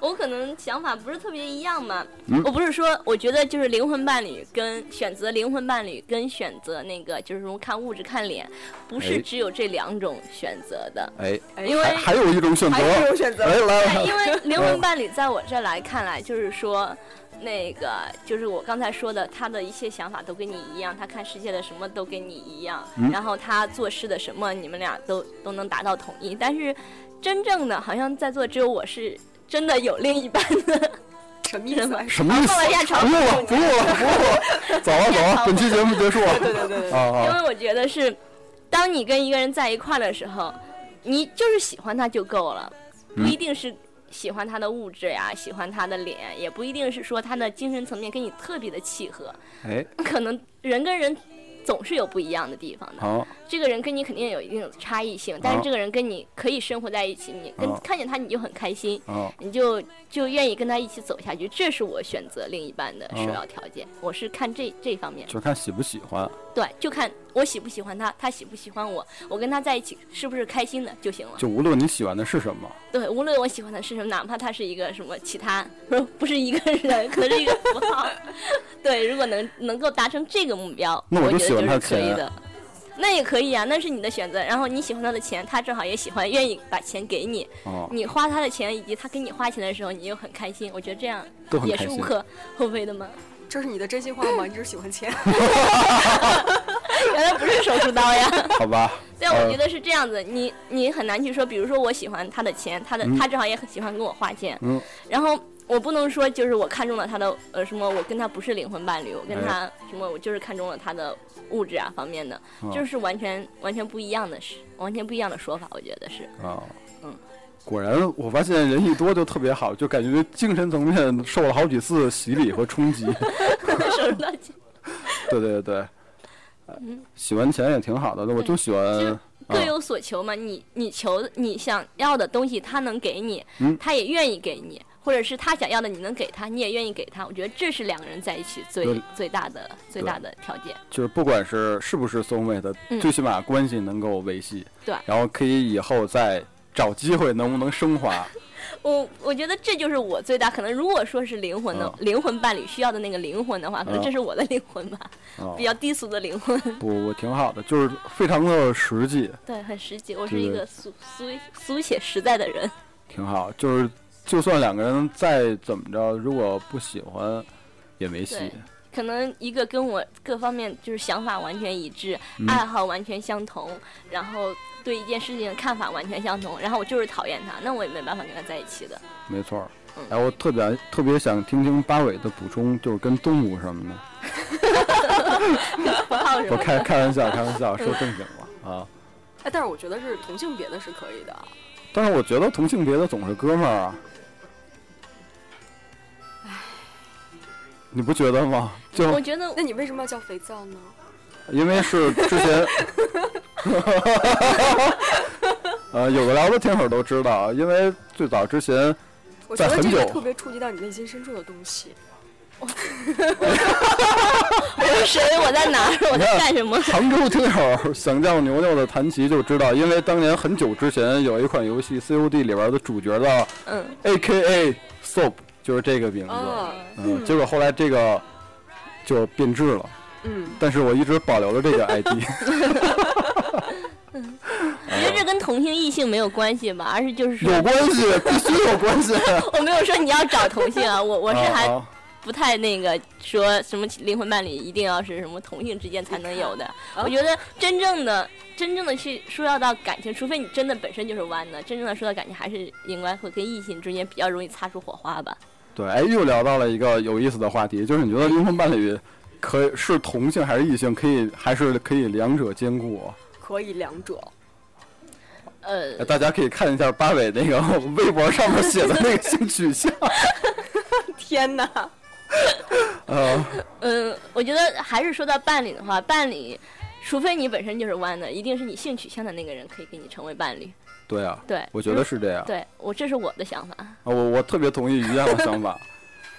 我可能想法不是特别一样嘛。嗯我不是说，我觉得就是灵魂伴侣跟选择灵魂伴侣跟选择那个就是说看物质看脸，不哎是只有这两种选择的， 哎，因为还还有一种选择，还是有选择。哎来对因为灵魂伴侣在我这来看来就是说。那个就是我刚才说的，他的一些想法都跟你一样，他看世界的什么都跟你一样，嗯然后他做事的什么，你们俩都都能达到统一。但是，真正的好像在座只有我是真的有另一半 的，什么意思？什么意思放了一下？床不录了，不录了，不录了，走啊了 走了，本期节目结束了。对对对对，啊啊！因为我觉得是，当你跟一个人在一块儿的时候，你就是喜欢他就够了，不嗯一定是喜欢他的物质呀、喜欢他的脸呀，也不一定是说他的精神层面跟你特别的契合， 哎，可能人跟人。总是有不一样的地方的，好，这个人跟你肯定有一定的差异性，但是好这个人跟你可以生活在一起，你跟好看见他你就很开心，啊，你就就愿意跟他一起走下去，这是我选择另一半的首好要条件。我是看这这方面。就看喜不喜欢。对，就看我喜不喜欢他，他喜不喜欢我，我跟他在一起是不是开心的就行了。就无论你喜欢的是什么，对，无论我喜欢的是什么，哪怕他是一个什么其他，不是不是一个人，可能是一个符号。 对，如果能能够达成这个目标，那我我就觉喜得欢就他是可以钱的。那也可以啊，那是你的选择。然后你喜欢他的钱，他正好也喜欢，愿意把钱给你。啊，你花他的钱，以及他给你花钱的时候，你又很开心。我觉得这样都很也开是无心。可厚非的嘛。这是你的真心话吗？你只是喜欢钱？ 原来不是手术刀呀。好吧， 对，我呃觉得是这样子，你你很难去说，比如说我喜欢他的钱，他的、嗯他正好也很喜欢跟我花钱，嗯然后我不能说就是我看中了他的呃什么，我跟他不是灵魂伴侣，我哎跟他什么，我就是看中了他的物质啊方面的，哦就是完全完全不一样的事，完全不一样的说法，我觉得是。 啊，嗯。果然，我发现人一多就特别好，就感觉精神层面受 了好几次洗礼和冲击。手术刀，对对对，嗯洗完钱也挺好的，我就喜欢就各有所求嘛，你你求你想要的东西，他能给你，嗯他也愿意给你，或者是他想要的你能给他，你也愿意给他。我觉得这是两个人在一起最对最大的最大的条件。就是不管是是不是 soul mate，、嗯最起码关系能够维系，对然后可以以后再找机会能不能升华，我我觉得这就是我最大可能，如果说是灵魂的、啊灵魂伴侣需要的那个灵魂的话，可嗯能这是我的灵魂吧，啊比，较低俗的灵魂。不，我挺好的，就是非常的实际， 对，很实际，我是对一个俗俗俗且实在的人。挺好，就是就算两个人再怎么着，如果不喜欢也没戏对，可能一个跟我各方面就是想法完全一致，嗯爱好完全相同，然后对一件事情的看法完全相同，然后我就是讨厌他，那我也没办法跟他在一起的。没错儿嗯。哎，我特别特别想听听八尾的补充，就是跟动物什么的。不靠什么？我 开开玩笑，开玩笑，说正经了啊。哎，但是我觉得是同性别的是可以的啊，但是我觉得同性别的总是哥们儿啊，你不觉得吗？我就觉得那你为什么要叫肥皂呢？因为是之 前， 呃，有的聊的听友都知道，啊因为最早之前我觉得在很这个久特别触及到你内心深处的东西。我是谁？我在哪儿？我在干什么？杭州听友想叫牛牛的弹琴就知道，因为当年很久之前有一款游戏 COD 里边的主角叫嗯， AKA Soap，就是这个名字。啊，嗯，结果后来这个就变质了，嗯，但是我一直保留了这 个 ID。我觉得这跟同性异性没有关系吧，而是就是说，有关系，必须有关系。我没有说你要找同性啊，我我 我是还不太那个说什么灵魂伴侣一定要是什么同性之间才能有的。我觉得真正的、真正的去说要到感情，除非你真的本身就是弯的，真正的说到感情，还是应该会跟异性之间比较容易擦出火花吧。对，哎，又聊到了一个有意思的话题，就是你觉得灵魂伴侣可以是同性还是异性，可以还是可以两者兼顾？可以两者。呃，大家可以看一下八尾那个微博上面写的那个性取 向。天哪！呃，嗯，我觉得还是说到伴侣的话，伴侣，除非你本身就是弯的，一定是你性取向的那个人可以跟你成为伴侣。对啊，对，我觉得是这样。对我这是我的想法。 啊我我特别同意于洋的想法。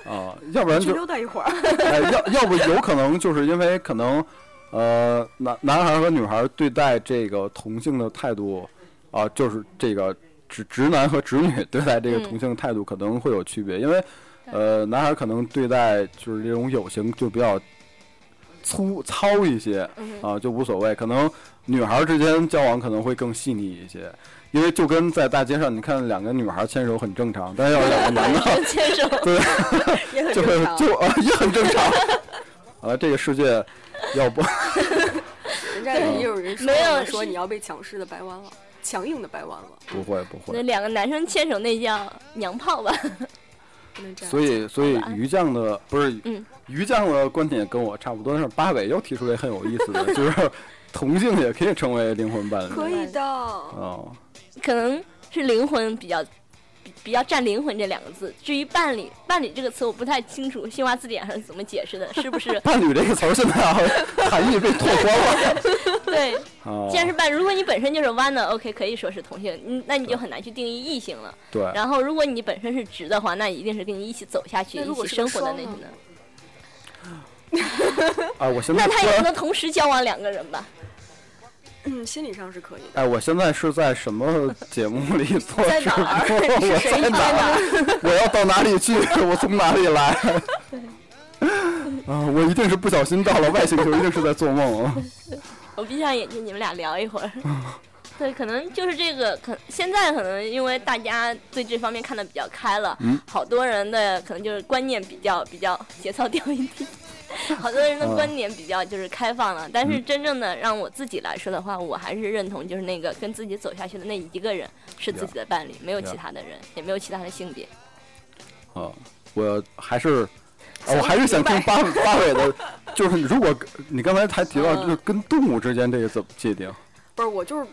啊、要不然去就溜达一会 儿。哎，要要不有可能就是因为可能，呃，男男孩和女孩对待这个同性的态度，啊、就是这个直直男和直女对待这个嗯同性的态度可能会有区别，因为，呃，男孩可能对待就是这种友情就比较粗糙一些，嗯哼，啊，就无所谓。可能女孩儿之间交往可能会更细腻一些，因为就跟在大街上，你看两个女孩儿牵手很正常，但是要是两个男的 牵手。对，也很 就正很常就啊也很正常。 啊，这个世界要不人家也有人说没有说你要被强势的掰弯了，强硬的掰弯了，不会不那会，两个男生牵手那叫娘炮吧？不能这样。所以所以好吧于酱的不是嗯于酱的观点跟我差不多，但是八尾又提出了很有意思的，就是 同性也可以成为灵魂伴侣。可以的，哦，？可能是灵魂比较比比较占“灵魂”这两个字。至于伴侣，伴侣这个词我不太清楚新华字典上是怎么解释的，是不是伴侣这个词儿现在好像含义被拓宽了。对，哦既，然是伴，如果你本身就是弯的，OK，可以说是同性，嗯那你就很难去定义异性了。对，然后，如果你本身是直的话，那一定是跟你一起走下去、那一如起果生活的是那个种双的呢，啊，我现在那他突也然不能同时交往两个人吧？嗯，心理上是可以的。哎，我现在是在什么节目里做在直哪播？儿我谁在在哪哪儿？我要到哪里去？我从哪里来？啊，我一定是不小心到了外星球，一定是在做梦 啊！我闭上眼睛，你们俩聊一会儿。 对，可能就是这个，可现在可能因为大家对这方面看得比较开了，嗯好多人的可能就是观念比较比较节操掉一地，好多人的啊观点比较就是开放了。但是真正的让我自己来说的话，我还是认同就是那个跟自己走下去的那一个人是自己的伴侣，没有其他的人，也没有其他的性别。啊，我还是，啊我还是想听八八尾的，啊就是如果你刚才还提到，就是跟动物之间这个怎么界定？不是，我就是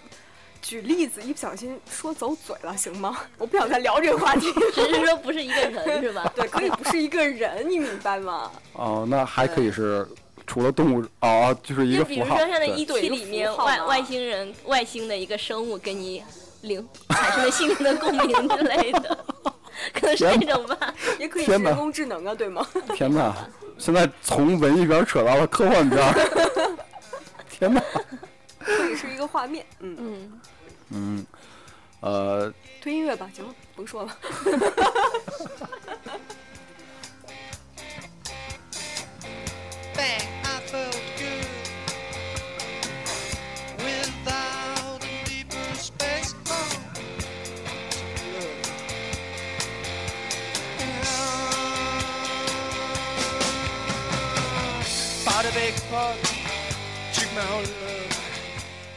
举例子，一不小心说走嘴了，行吗？我不想再聊这个话题。 只是说不是一个人，是吧？ 对，可以不是一个人，你明白吗？啊哦，那还可以是除了动物啊，就是一就个比符如号说，像那对 E.T. 对一个里面符号外嘛外星人外星的一个生物跟你灵产生了心灵的共鸣之类的， 可能是那种吧。也可以是天哪人工智能啊，对吗？ 天哪！现在从文艺边扯到了科幻边 儿，天哪！或者是一个画面，嗯，嗯，嗯，呃，推音乐吧，行了，甭说了。 bang, I felt good. Without a deep respect for love. Party, big party, check my own love.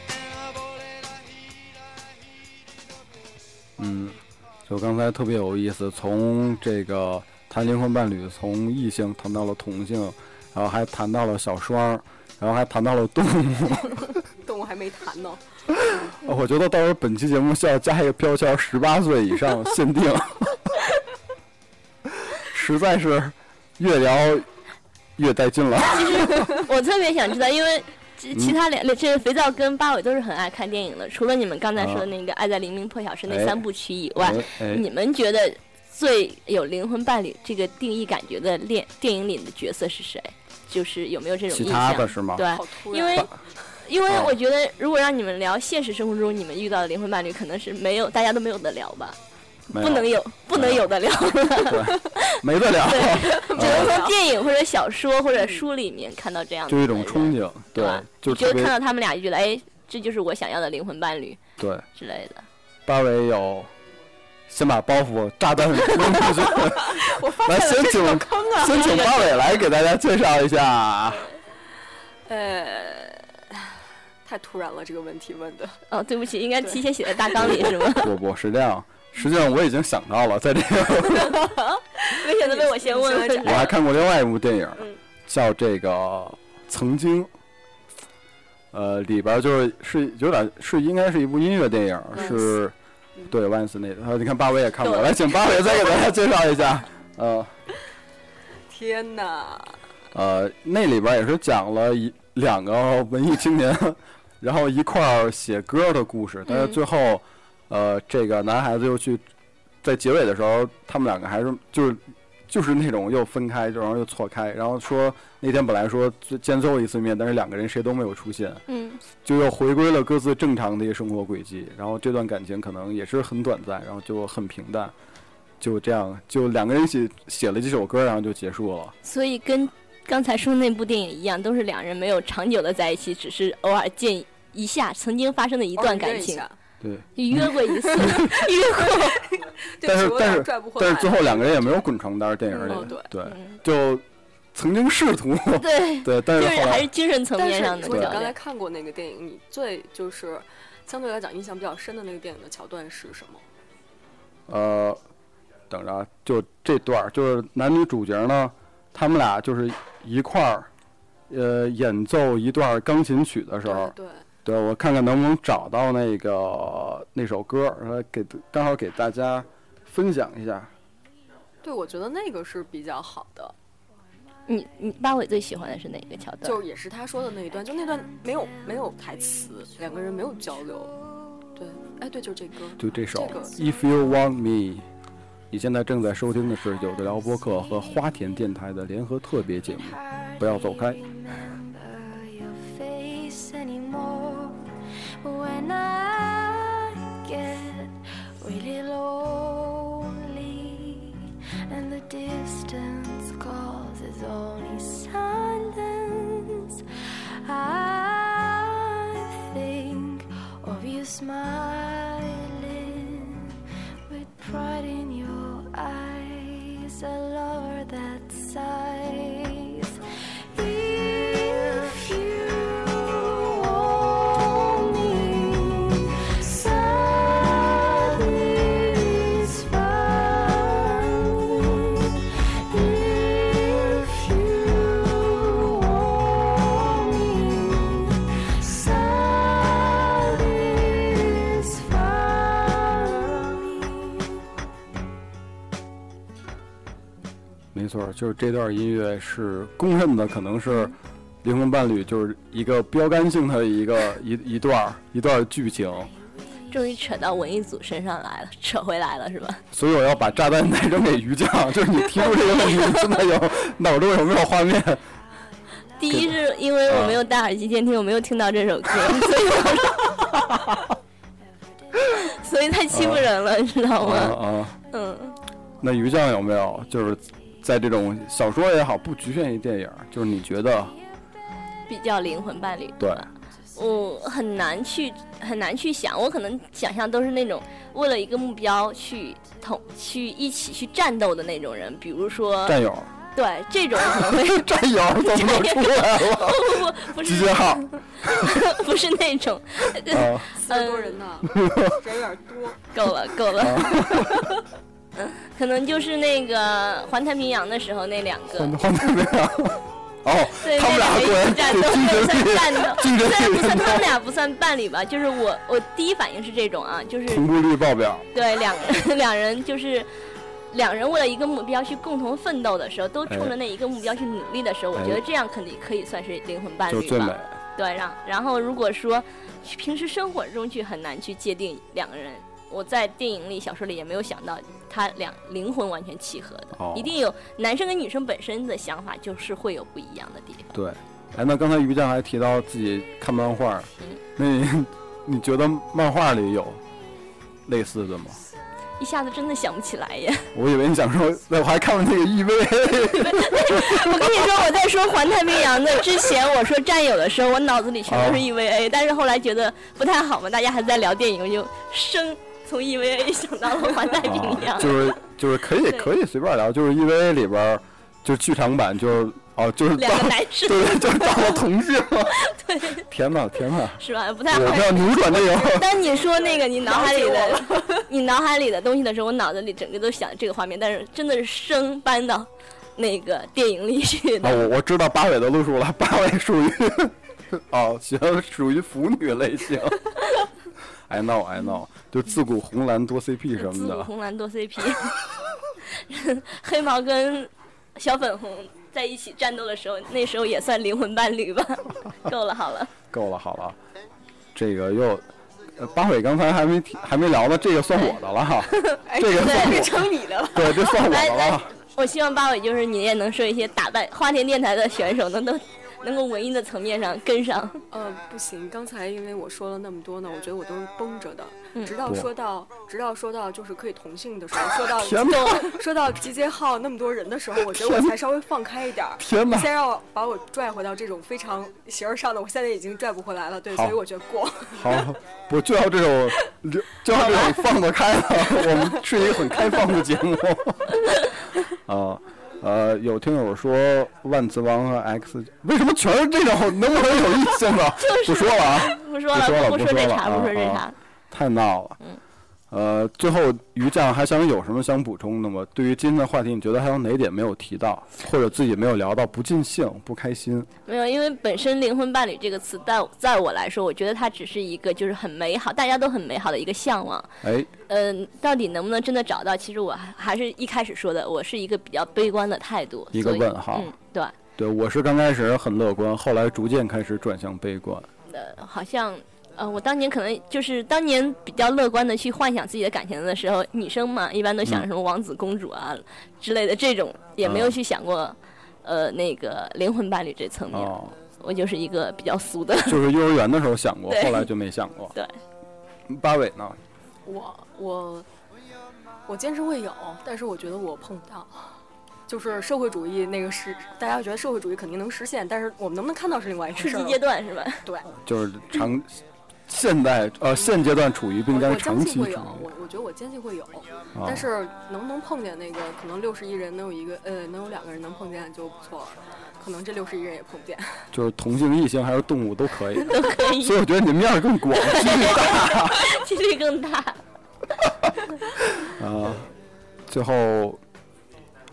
And I've all that I need, I need. 嗯，就刚才特别有意思，从这个谈灵魂伴侣，从异性谈到了同性，然后还谈到了小双，然后还谈到了动物。动物还没谈呢，我觉得到时候本期节目需要加一个标签：十八岁以上限定。实在是越聊越带劲了。嗯我特别想知道，因为嗯其其他两这个肥皂跟八尾都是很爱看电影的，除了你们刚才说的那个《爱在黎明破晓时》那哎三部曲以外，哎你们觉得最有灵魂伴侣这个定义感觉的恋电影里的角色是谁？就是有没有这种其印他象？的是吗？对好，突然。啊因为因为嗯我觉得，如果让你们聊现实生活中你们遇到的灵魂伴侣，可能是没有大家都没有的聊吧，没有嗯不能有不能有的聊， 没得聊，只能从电影或者小说或者书里面看到这样的就人，一种憧憬，对吧就就特看别到他们俩就觉得，哎，这就是我想要的灵魂伴侣对。之类的。八尾有先把包袱炸弹扔出去， 来先请啊先请八尾来给大家介绍 一下，呃，太突然了，这个问题问的。哦，对不起，应该提前写在大纲里是 吗？不不是这样。实际上我已经想到了，在这个没想到被我先问你先我了。还看过另外一部电影嗯，叫这个《曾经》，呃，里边就是是有点是应该是一部音乐电影，是嗯对万斯那个。你看八尾也看过，够了来请八尾再给大家介绍一 下，呃。天哪，呃，那里边儿也是讲了一两个文艺青年，然后一块儿写歌的故事，但是最后，呃，这个男孩子又去，在结尾的时候，他们两个还是就是就是那种又分开，然后又错开，然后说那天本来说最见最后一次面，但是两个人谁都没有出现，嗯，就又回归了各自正常的一个生活轨迹，然后这段感情可能也是很短暂，然后就很平淡。就这样，就两个人一起写了几首歌，然后就结束了。所以跟刚才说那部电影一样，都是两人没有长久的在一起，只是偶尔见一下，曾经发生的一一段感情，对，约过 一次，约过。对不但是起我有但点是拽不回但来是最后两个人也没有滚床单儿，电影里、嗯哦对嗯就曾经试图对，对，但就是是后还是来精神层嗯但面是上你的说你交刚才流。看过那个电影，你最就是相对来讲印象比较深的那个电影的桥段是什么？呃，等着啊就这段儿就是男女主角呢，他们俩就是一块儿呃演奏一段钢琴曲的时候，对，对我看看能不能找到那个那首歌，然后给刚好给大家分享一下。对，我觉得那个是比较好的，你你八尾最喜欢的是哪个桥段？就也是他说的那一段，就那段没有没有台词，两个人没有交流。对，哎，对，就是这歌。就这首这个嗯《If You Want Me》。你现在正在收听的是有的聊播客和花田电台的联合特别节目，不要走开。 remember your face anymore when I get really lonely and the distance causes only silence. I think of you smiling with pride in your eyes, a lover that sighs. If you want me, satisfy me. If you want me, satisfy me. 没错，就是这段音乐是公认的，可能是灵魂伴侣》就是一个标杆性的一个一一段儿一段儿剧情，终于扯到文艺组身上来了，扯回来了是吧？所以我要把炸弹 再扔给于酱，就是你提出这个问题，真的有脑中有没有画面？ 第一是因为我没有戴耳机监听，我没有听到这首歌，所以我 所以太欺负人了，你知道啊吗？啊！嗯，那于酱有没有就是在这种小说也好，不局限于电影，就是你觉得比较灵魂伴侣。对，我很难去很难去想，我可能想象都是那种为了一个目标去同去一起去战斗的那种人，比如说战友对这 种可能会战友怎么都出来了？ 不不不集是结号 不是那种，啊！四十多人 呢，人有点 多。够了够了，啊 嗯可能就是那个环太平洋的时候那两个，换换对面啊！ 哦，对，他们俩一果起然战得斗，竞争算 力，战斗， 竞争虽然力不算很他高们，俩不算伴侣吧，就是我我第一反应是这种啊，就是同步率爆表。对两 两人就是两人为了一个目标去共同奋斗的时候，都冲着那一个目标去努力的时候，哎我觉得这样肯定可以算是灵魂伴就侣最美吧。。对，然然后如果说平时生活中去很难去界定两个人，我在电影里、小说里也没有想到他俩灵魂完全契合的，哦一定有男生跟女生本身的想法就是会有不一样的地方。对，哎，那刚才于酱还提到自己看漫画儿，嗯那你 你觉得漫画里有类似的吗？一下子真的想不起来耶。我以为你想说， 那我还看了那个 E EVA，我跟你说，我在说环太平洋的之前，我说战友的时候，我脑子里全哦都是 EVA，、但是后来觉得不太好嘛，大家还在聊电影，我就生从 EVA 想到了环太平洋。啊、就是就是可以对可以随便聊，就是 EVA 里边儿就是剧场版就是哦就是到两个男士对就是到了同性， 天哪天哪，是吧？不太我们好。要扭转这 个，当你说那个你脑海里的， 你脑海里的东西的时候，我脑子里整个都想这个画面，但是真的是生搬到那个电影里去啊的。我我知道八尾的路数了，八尾属于哦行属于腐女类型。I know, I know，就自古红蓝多 CP 什么自古的，红蓝多 CP，黑毛跟小粉红在一起战斗的时候，那时候也算灵魂伴侣 吧。够了，好了，够了，好了，这个又，呃八尾刚才还没提还没聊呢，这个算我的了哈，哎，这个算变我，成你的了。对，这算我来的来了，，我希望八尾就是你也能说一些打败花田电台的选手，能都能够文艺的层面上跟上。呃，不行，刚才因为我说了那么多呢，我觉得我都是绷着的，嗯直到对说到，直到说到就是可以同性的时候，说到 天哪，说到集结号那么多人的时候，我觉得我才稍微放开一点儿。天哪，先让我把我拽回到这种非常形而上的，我现在已经拽不回来了，对，好所以我觉得过。 好，不就要这种，就要这种放得开了，我们是一个很开放的节目， 啊。呃，有听友说万磁王和 X 为什么全是这种？能不能有异性的？不说了啊，不说不说了了，不不说这了茬，不说这啊茬。太闹了。呃，最后于酱还想有什么想补充的吗？对于今天的话题，你觉得还有哪点没有提到，或者自己没有聊到，不尽兴、不开心？没有，因为本身“灵魂伴侣”这个词，在我在我来说，我觉得它只是一个就是很美好，大家都很美好的一个向往。哎，嗯，到底能不能真的找到？其实我还还是一开始说的，我是一个比较悲观的态度。一个所以问号嗯，对，对我是刚开始很乐观，后来逐渐开始转向悲观。呃，好像呃，我当年可能就是当年比较乐观的去幻想自己的感情的时候，女生嘛，一般都想什么王子公主啊、之类的这种，也没有嗯去想过、呃那个灵魂伴侣这层面。哦，我就是一个比较俗的， 就是幼儿园的时候想过，对后来就没想过。对，八尾呢？我我我坚持会有，但是我觉得我碰不到。就是社会主义那个是，大家觉得社会主义肯定能实现，但是我们能不能看到是另外一回初事儿级了。阶段是吧？对，就是长，现在呃现阶段处于并我将我长相期信处会于有，。我我觉得我坚信会有，啊但是能不能碰见那个可能六十亿人能有一个呃能有两个人能碰见就不错了，可能这六十亿人也碰不见。就是同性、异性还是动物都可 以，都可以，所以我觉得你面儿更广， 几率大。几率更大。啊，最后，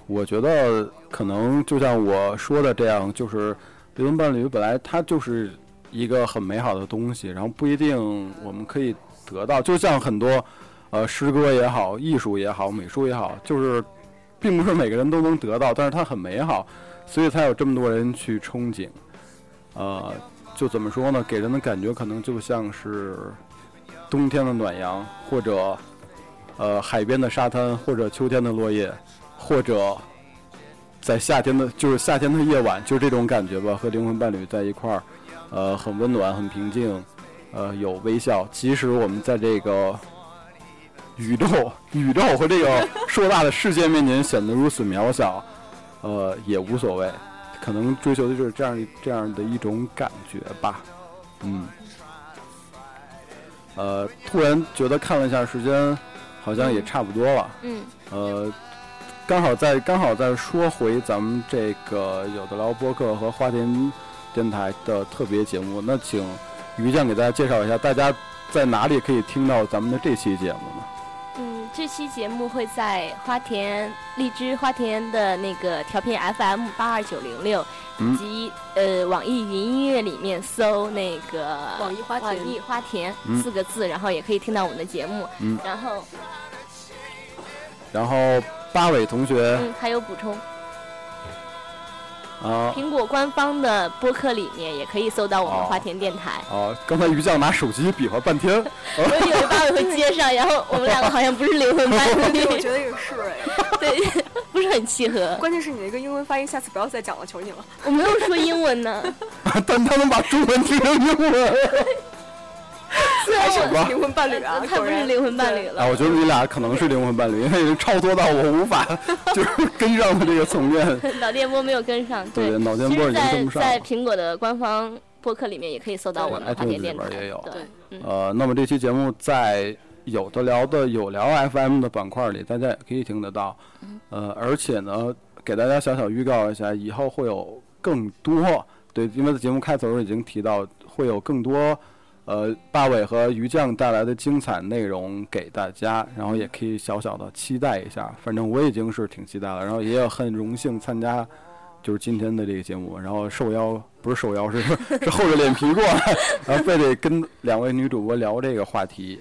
我觉得可能就像我说的这样，就是灵魂伴侣本来它就是一个很美好的东西，然后不一定我们可以得到，就像很多呃诗歌也好、艺术也好、美术也好，就是并不是每个人都能得到，但是它很美好，所以才有这么多人去憧憬。呃，就怎么说呢，给人的感觉可能就像是冬天的暖阳，或者呃海边的沙滩，或者秋天的落叶，或者在夏天的，就是夏天的夜晚，就这种感觉吧，和灵魂伴侣在一块儿，呃，很温暖，很平静，呃，有微笑。即使我们在这个宇宙、宇宙和这个硕大的世界面前显得如此渺小，呃，也无所谓。可能追求的就是这样一这样的一种感觉吧，嗯。呃，突然觉得看了一下时间，好像也差不多了。嗯，呃，刚好在刚好再说回咱们这个有的聊播客和花田电台的特别节目，那请于酱给大家介绍一下，大家在哪里可以听到咱们的这期节目呢？嗯，这期节目会在花田荔枝花田的那个调频 FM 八二九零六嗯及呃网易云音乐里面搜那个网易花网田易花田嗯四个字，然后也可以听到我们的节目。嗯然后然后八尾同学嗯还有补充，啊。苹果官方的播客里面也可以搜到我们哦花田电台。哦，刚才于酱拿手机比划半天， 我以为八尾会接上，然后我们两个好像不是灵魂伴 对，我 侣，觉得也是哎。对，不是很契合。关键是你那个英文发音，下次不要再讲了，求你了。 我没有说英文呢， 但他能把中文听成英文。虽然我吧灵魂伴侣啊，呃他不果是然灵魂伴侣啊，了。我觉得你俩可能是灵魂伴侣，因为超脱到我无法就是跟上的这个层面。脑电波没有跟上，对，脑电其波实已经跟在不上在了。苹果的官方播客里面也可以搜到我对们花田电台， iTunes 里边也有对，嗯呃，那么这期节目在有的聊的有聊 FM 的板块里，大家也可以听得到。呃，而且呢，给大家小小预告一下，以后会有更多对，因为在节目开头已经提到，会有更多呃八尾和于酱带来的精彩内容给大家，然后也可以小小的期待一下。反正我已经是挺期待了，然后也有很荣幸参加。就是今天的这个节目，然后受邀不是受邀，是 是厚着脸皮过来，然呃后非得跟两位女主播聊这个话题。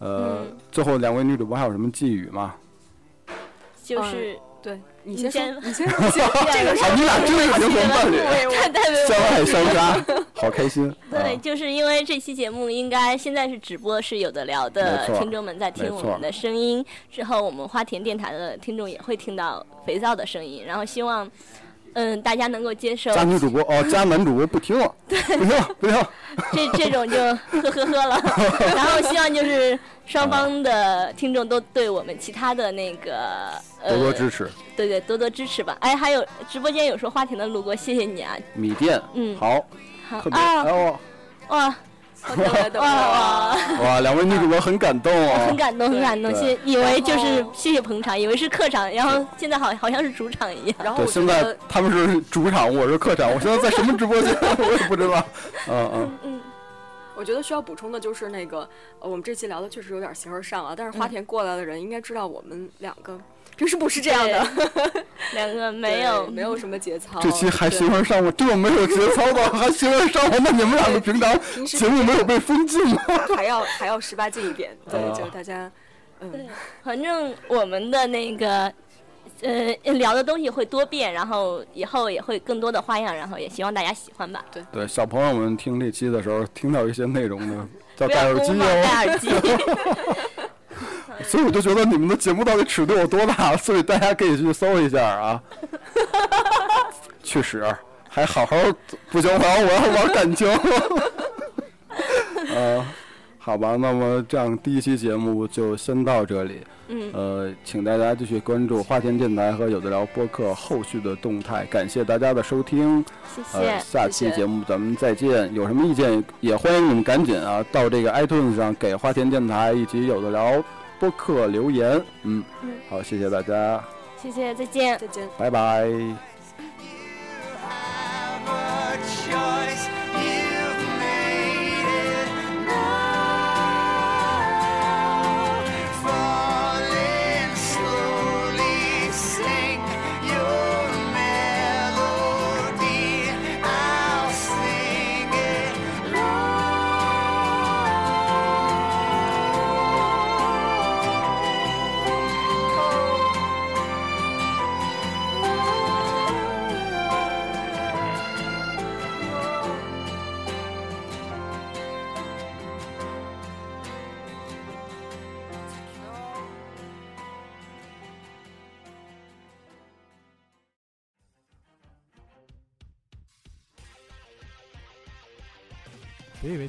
呃，嗯最后两位女主播还有什么寄语吗？就是对你你先先说，你先说。 这个啊，你俩真的是灵魂伴侣，嗯 太太没有 相爱相杀，好开心。啊对，就是因为这期节目应该现在是直播，是有的聊的没错听众们在听没我错们的声音，之后我们花田电台的听众也会听到肥皂的声音，然后希望嗯大家能够接受加女主播哦，加男主播不听了，不听不听。这这种就呵呵呵 了，然后希望就是双方的听众都对我们其他的那个呃多多支持，对对，多多支持吧。哎，还有直播间有说花田的路过，谢谢你啊，米店嗯，好，好特别啊，哦哇我等来等哇来，哇，哇，两位女主播很感动很哦。感动，很感动，谢，以为就是然后谢谢捧场，以为是客场，然后现在好好像是主场一样。然后我对，觉现在得他们是主场，我是客场，我现在在什么直播间 我也不知道。嗯嗯，嗯，我觉得需要补充的就是那个，呃，我们这期聊的确实有点形而上啊，但嗯是花田过来的人应该知道我们两个平时不是这样的，两个没有 对没有什么节操。这期还对行而上我，这没有节操的，还行而上我，那你们两个平常平时节目没有被封禁吗？还要还要十八禁一点，对，就是大家，对嗯，，反正我们的那个。呃，聊的东西会多变，然后以后也会更多的花样，然后也希望大家喜欢吧。对，小朋友们听这期的时候，听到一些内容呢，要不戴要耳机疯狂哦。戴耳机。 所以我就觉得你们的节目到底尺度有多大，所以大家可以去搜一 下啊。确实，还好好不行，我要我要玩感情。 呃，好吧，那么这样第一期节目就先到这里。嗯呃，请大家继续关注花田电台和有的聊播客后续的动态。感谢大家的收听。谢谢呃，，下期谢谢节目咱们再见。有什么意见也欢迎你们赶紧啊到这个 iTunes 上给花田电台以及有的聊播客留言。嗯，嗯好，谢谢大家，谢谢，再见。再见。拜拜。 Thank 别以为